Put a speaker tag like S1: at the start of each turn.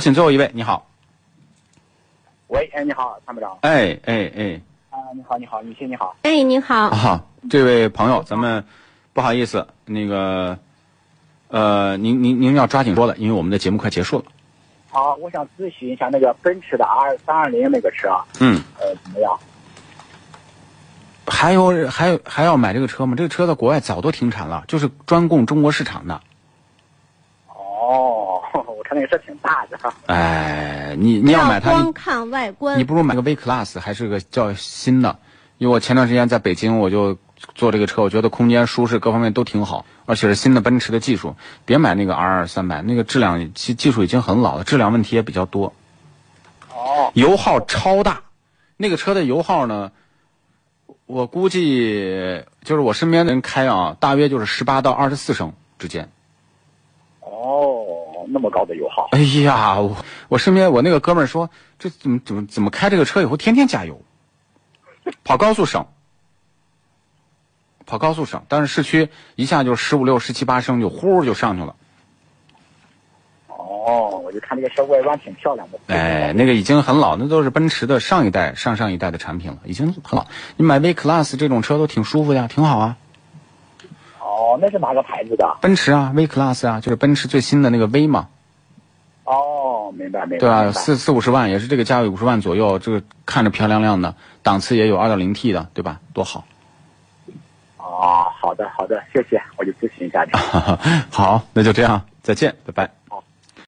S1: 请最后一位，你好。
S2: 喂，哎，你好，参谋长。
S1: 哎哎哎，
S2: 啊，你好，你好，女性你好。
S3: 哎，你好，
S1: 啊，这位朋友，咱们不好意思，那个，呃，您您您要抓紧说了，因为我们的节目快结束了。
S2: 好，我想咨询一下那个奔驰的 R 三二零那个车，
S1: 嗯，
S2: 呃，怎么样？
S1: 还有还有还要买这个车吗？这个车在国外早都停产了，就是专供中国市场的。
S2: 哦， 我看那个车挺大的。啊
S1: 哎，你你要买它，
S3: 光
S1: 你
S3: 看外观
S1: 你。不如买个 V Class，还是个较新的。因为我前段时间在北京，我就坐这个车，我觉得空间、舒适各方面都挺好，而且是新的奔驰的技术。别买那个 R 三百，那个质量技技术已经很老了，质量问题也比较多。
S2: 哦，
S1: 油耗超大。那个车的油耗呢，我估计就是我身边的人开啊，大约就是十八到二十四升之间。
S2: 哦，那么高的油耗。
S1: 哎呀，我我身边我那个哥们儿说，这怎么怎么怎么开这个车以后天天加油，跑高速省，跑高速省，但是市区一下就十五六、十七八升就呼就上去了。
S2: 哦，我就看这个车外观挺漂亮的。
S1: 哎，那个已经很老，那都是奔驰的上一代、上上一代的产品了，已经很老。你买 V Class 这种车都挺舒服呀，挺好啊。
S2: 哦，那是哪个牌子的？
S1: 奔驰啊，V Class 啊，就是奔驰最新的那个 V 嘛，
S2: 哦，明白明白。
S1: 对吧？
S2: 明白
S1: 四四五十万也是这个价位，五十万左右，这个看着漂亮亮的，档次也有 2.0T 的，对吧？多好！
S2: 哦，好的好的，谢谢，我就咨询一下你。
S1: 好，那就这样，再见，拜拜。